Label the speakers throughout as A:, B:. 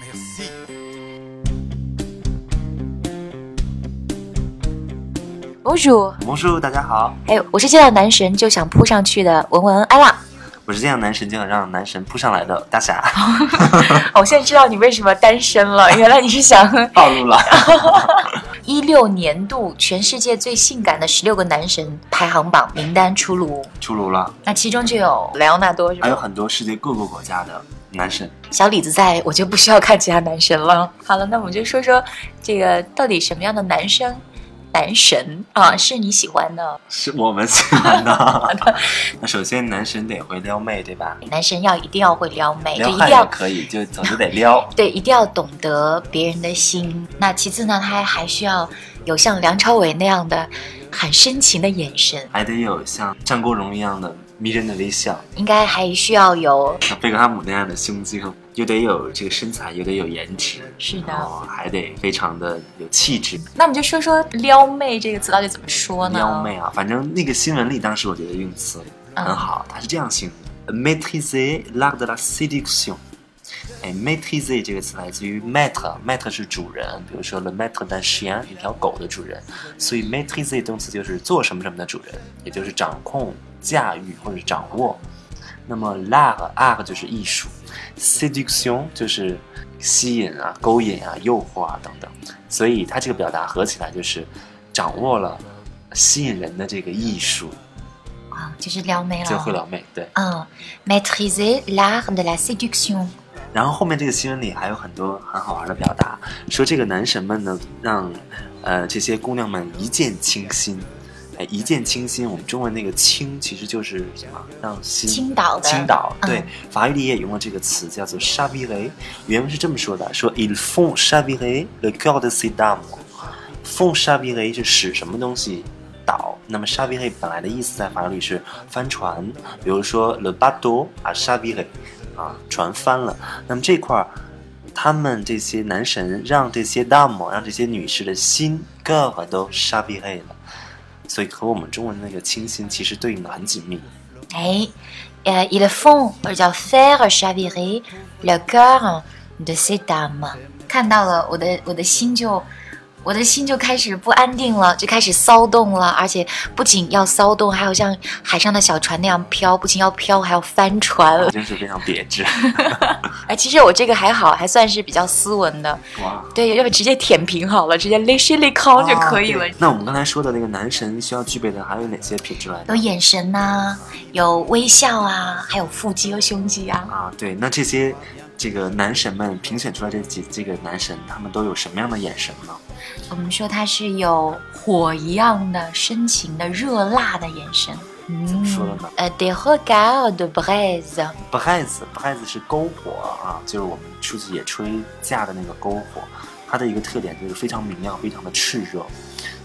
A: Merci.
B: Bonjour，
C: 魔术，大家好，
B: 哎，我是见到男神就想扑上去的文哎文安娜。
C: 我是这样男神就想让男神扑上来的大侠，
B: 哦我现在知道你为什么单身了，原来你是想
C: 暴露了。
B: 一六年度全世界最性感的十六个男神排行榜名单出炉，
C: 出炉了，
B: 那其中就有莱昂纳多，是
C: 还有
B: 吧？
C: 很多世界各个国家的男神。
B: 小李子在我就不需要看其他男神了。好了，那我们就说说这个到底什么样的男生男神啊是你喜欢的？
C: 是我们喜欢的。 那首先，男神得会撩妹，对吧？
B: 男神要一定要会撩妹，就哎一
C: 撩
B: 定
C: 汉
B: 要
C: 也可以，就总之得撩。
B: 对，一定要懂得别人的心。那其次呢，他还需要有像梁朝伟那样的很深情的眼神，
C: 还得有像张国荣一样的迷人的微笑，
B: 应该还需要有
C: 像贝克汉姆那样的胸肌和，又得有这个身材，又得有颜值，
B: 是
C: 然后还得非常的有气质。
B: 哦那我们就说说“撩妹”这个词到底怎么说呢？
C: 撩妹啊，反正那个新闻里当时我觉得用词
B: 嗯
C: 很好，它是这样形容的：maîtriser l'art de la séduction。哎，maîtriser 这个词来自于 maître，maître 是主人，比如说 le maître d'un chien 一条狗的主人，所以 maîtriser 动词就是做什么什么的主人，也就是掌控、驾驭或者掌握。那么 l'art art 就是艺术，séduction 就是吸引啊、勾引啊、诱惑啊等等，所以它这个表达合起来就是掌握了吸引人的这个艺术，
B: 啊，就是撩妹了。
C: 就会撩妹。对，
B: 嗯，maîtriser l'art de la séduction。
C: 然后后面这个新闻里还有很多很好玩的表达，说这个男神们呢，让呃这些姑娘们一见倾心。哎，一见倾心，我们中文那个“倾”其实就是什么？让心
B: 倾倒的
C: 倾倒。
B: 嗯
C: 对，法语里也用了这个词，叫做 s h a v i r e 原文是这么说的：说 ils font chavirer le cœur de ces dames，font chavirer 是使什么东西倒？那么 chavirer 本来的意思在法语里是帆船，比如说 le bateau 啊 chavirer 啊，船翻了。那么这块儿，他们这些男神让这些 dame 让这些女士的心 cœur 都 chavirer 了。所以和我们中文那个清新其实对应的很紧密。
B: 哎，呃，ils font 或者叫 faire chavirer le cœur de ces dames。看到了，我的我的心就。我的心就开始不安定了，就开始骚动了，而且不仅要骚动，还有像海上的小船那样飘，不仅要飘，还要翻船。
C: 真是非常别致
B: 哎，其实我这个还好，还算是比较斯文的。
C: 哇！
B: 对，要不直接舔平好了，直接 l i s h l i c o 就可以了。
C: 啊对那我们刚才说的那个男神需要具备的还有哪些品质来
B: 有
C: 着？
B: 眼神呐、有微笑啊，还有腹肌和胸肌啊。
C: 啊，对，那这些这个男神们评选出来这几这个男神，他们都有什么样的眼神呢？
B: 我们说他是有火一样的深情的热辣的眼神。
C: 嗯怎么说的呢？
B: 呃，des regards de braise，
C: 不害子，不害子是篝火啊，就是我们出去野炊架的那个篝火，它的一个特点就是非常明亮，非常的炽热，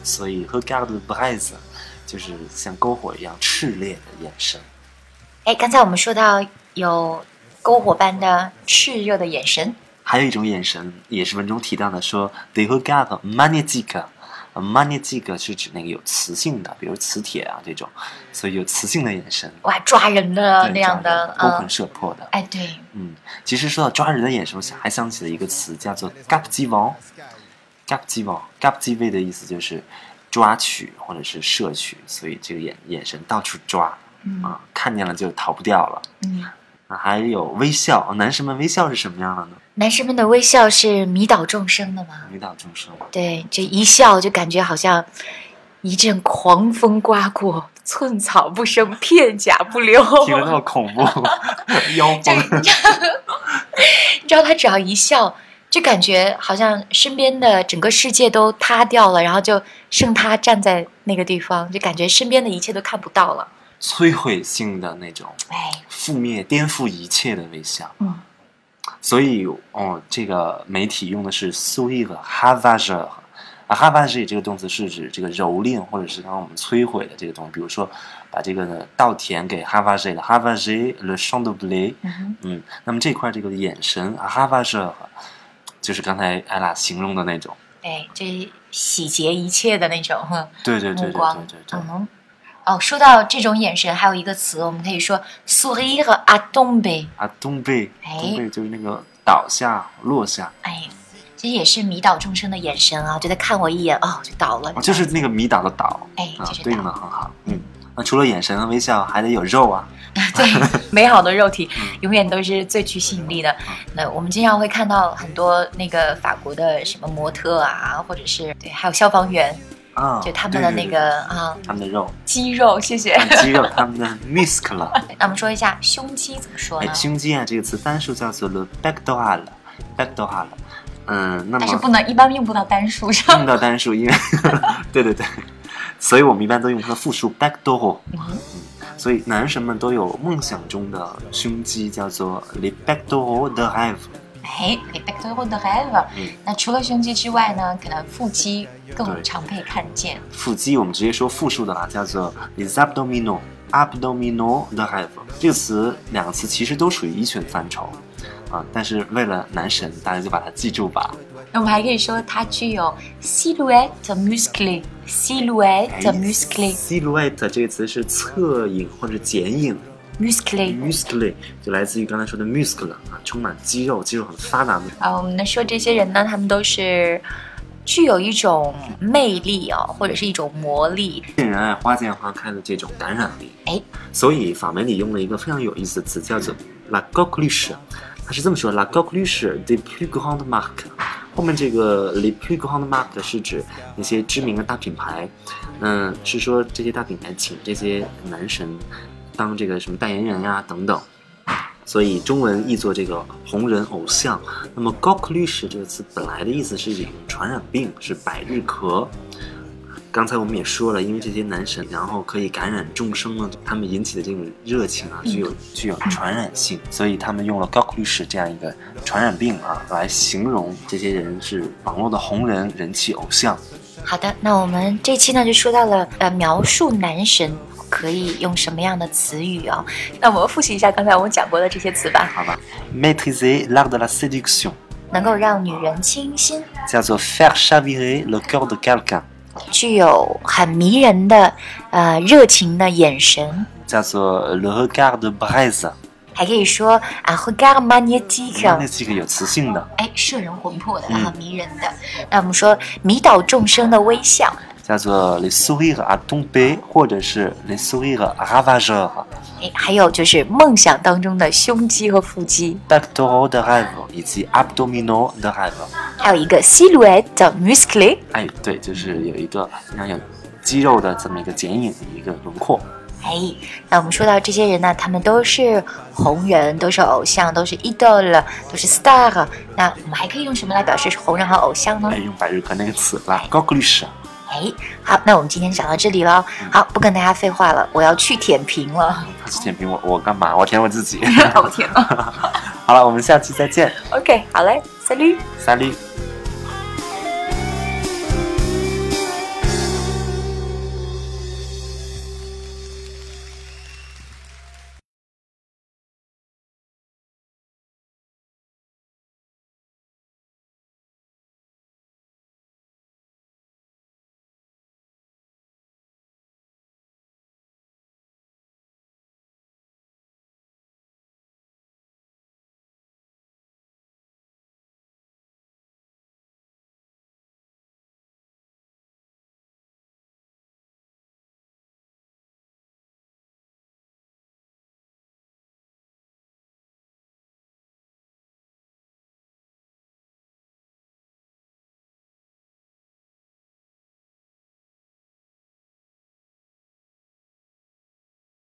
C: 所以和 God 的不害子就是像篝火一样炽烈的眼神。
B: 哎，刚才我们说到有篝火般的炽热的眼神，
C: 还有一种眼神也是文中提到的，说 the h o g a p magnetic。magnetic 是指那个有磁性的，比如磁铁啊这种，所以有磁性的眼神，
B: 哇，抓人的
C: 对
B: 哦那样的，
C: 抓人勾
B: 嗯
C: 魂，摄魄的。
B: 哎，对，
C: 嗯，其实说到抓人的眼神，我想还想起了一个词，叫做 captivant。captivant captivate 的意思就是抓取或者是摄取，所以这个眼眼神到处抓
B: 嗯
C: 啊，看见了就逃不掉了。
B: 嗯。
C: 那还有微笑，哦男神们微笑是什么样的呢？
B: 男生们的微笑是迷倒众生的吗？
C: 迷倒众生。
B: 对，这一笑就感觉好像一阵狂风刮过，寸草不生，片甲不留。
C: 听着那么恐怖，妖
B: 这
C: 风。
B: 你知道他只要一笑，就感觉好像身边的整个世界都塌掉了，然后就剩他站在那个地方，就感觉身边的一切都看不到了。
C: 摧毁性的那种
B: 哎，
C: 覆灭、颠覆一切的微笑。
B: 嗯，
C: 所以，哦，这个媒体用的是 “sourire havage”。啊 h a v a g e 这个动词是指这个蹂躏或者是刚刚我们摧毁的这个东西，比如说把这个稻田给 h a v a g e 了 h a v a g e le champ de blé。
B: 嗯哼，
C: 嗯，那么这块这个眼神 h a v a g e 就是刚才艾拉形容的那种。
B: 哎，这洗劫一切的那种哼
C: 对对对
B: 目
C: 对
B: 光。
C: 对对对。
B: 嗯。哦，说到这种眼神，还有一个词，我们可以说 “sourire à tomber”。
C: 啊，东贝，
B: 哎
C: 东贝就是那个倒下、落下，
B: 哎，这也是迷倒众生的眼神啊，觉得看我一眼哦就倒了
C: 哦，，就是那个迷倒的倒，
B: 哎，
C: 啊
B: 就，是
C: 对应
B: 倒
C: 的很好。嗯，那除了眼神和微笑，还得有肉啊。
B: 对，美好的肉体
C: 嗯
B: 永远都是最具吸引力的。那我们经常会看到很多那个法国的什么模特啊，或者是对，还有消防员，
C: 啊，
B: 就他们的
C: 对
B: 那
C: 对对嗯
B: 个啊
C: 他们的肉、
B: 肌肉。谢谢。
C: 他们的肌肉、他们的 muscle。
B: 那我们说一下胸肌怎么说呢
C: 哎，？胸肌啊这个词单数叫做 le b a c d o a l b a c d o a l 嗯，那
B: 但是
C: 么
B: 不能一般用不到单数上。
C: 用到单数，因为 对对对，所以我们一般都用它的复数 b a c d o
B: 嗯
C: 所以男神们都有梦想中的胸肌，叫做 le b a c d o de rêve。
B: 哎 r e b e c t a b l e ever
C: 嗯。
B: 那除了胸肌之外呢，可能腹肌更
C: 对
B: 常被看见。
C: 腹肌我们直接说复数的啦，叫做 les abdominaux。abdominaux de rêve 这个词，两个词其实都属于医学的范畴啊，但是为了男神，大家就把它记住吧。
B: 那我们还可以说它具有 silhouette muscle，silhouette
C: 哎
B: muscle，muscle。
C: silhouette 这个词是侧影或者剪影，muscle 就来自于刚才说的 muscle 啊，充满肌肉，肌肉很发达的。
B: 啊，我们能说这些人呢，他们都是具有一种魅力哦，或者是一种魔力。
C: 令人爱花见花开的这种感染力。
B: 哎，
C: 所以法媒里用了一个非常有意思的词，叫做 la coqueluche，它是这么说：la coqueluche des plus grandes marques。后面这个 les plus grandes marques 是指那些知名的大品牌，嗯、是说这些大品牌请这些男神当这个什么代言人呀、啊等等。所以中文译作这个红人偶像。那么 coqueluche 这个词本来的意思是一种传染病，是百日咳。刚才我们也说了，因为这些男神，然后可以感染众生呢，他们引起的这种热情啊，具有具有传染性，所以他们用了高律师这样一个传染病啊，来形容这些人是网络的红人、人气偶像。
B: 好的，那我们这期呢就说到了呃，描述男神可以用什么样的词语哦。那我们复习一下刚才我们讲过的这些词吧，
C: 好吧，maîtriser l'art de la séduction
B: 能够让女人倾心，
C: 叫做 faire chavirer le cœur de quelqu'un，
B: 具有很迷人的呃热情的眼神，
C: 叫做 le regard de braise。
B: 还可以说啊 r e g a r d magnétique 哦。
C: 那是一个有磁性的，
B: 哎，摄人魂魄的，
C: 嗯
B: 很迷人的。那我们说迷倒众生的微笑，
C: 叫做 les sourires à tomber，或者是 les sourires ravageurs。
B: 哎，还有就是梦想当中的胸肌和腹肌，
C: pectoraux de rêve 以及 abdominaux de rêve。
B: 还有一个 silhouette muscle，
C: 哎，对，就是有一个非常有肌肉的这么一个剪影的一个轮廓。
B: 哎，那我们说到这些人呢，他们都是红人，都是偶像，都是 idol，都是 star。那我们还可以用什么来表示是红人和偶像呢
C: 哎，？用百日咳那个词啦 g o g l i s h
B: 哎，好，那我们今天讲到这里了。好，不跟大家废话了，我要去舔屏了。
C: 他是舔屏我，我干嘛？我舔我自己。
B: 好甜啊
C: 好了，我们下期再见，
B: ！OK，好嘞，三绿。
C: 三绿。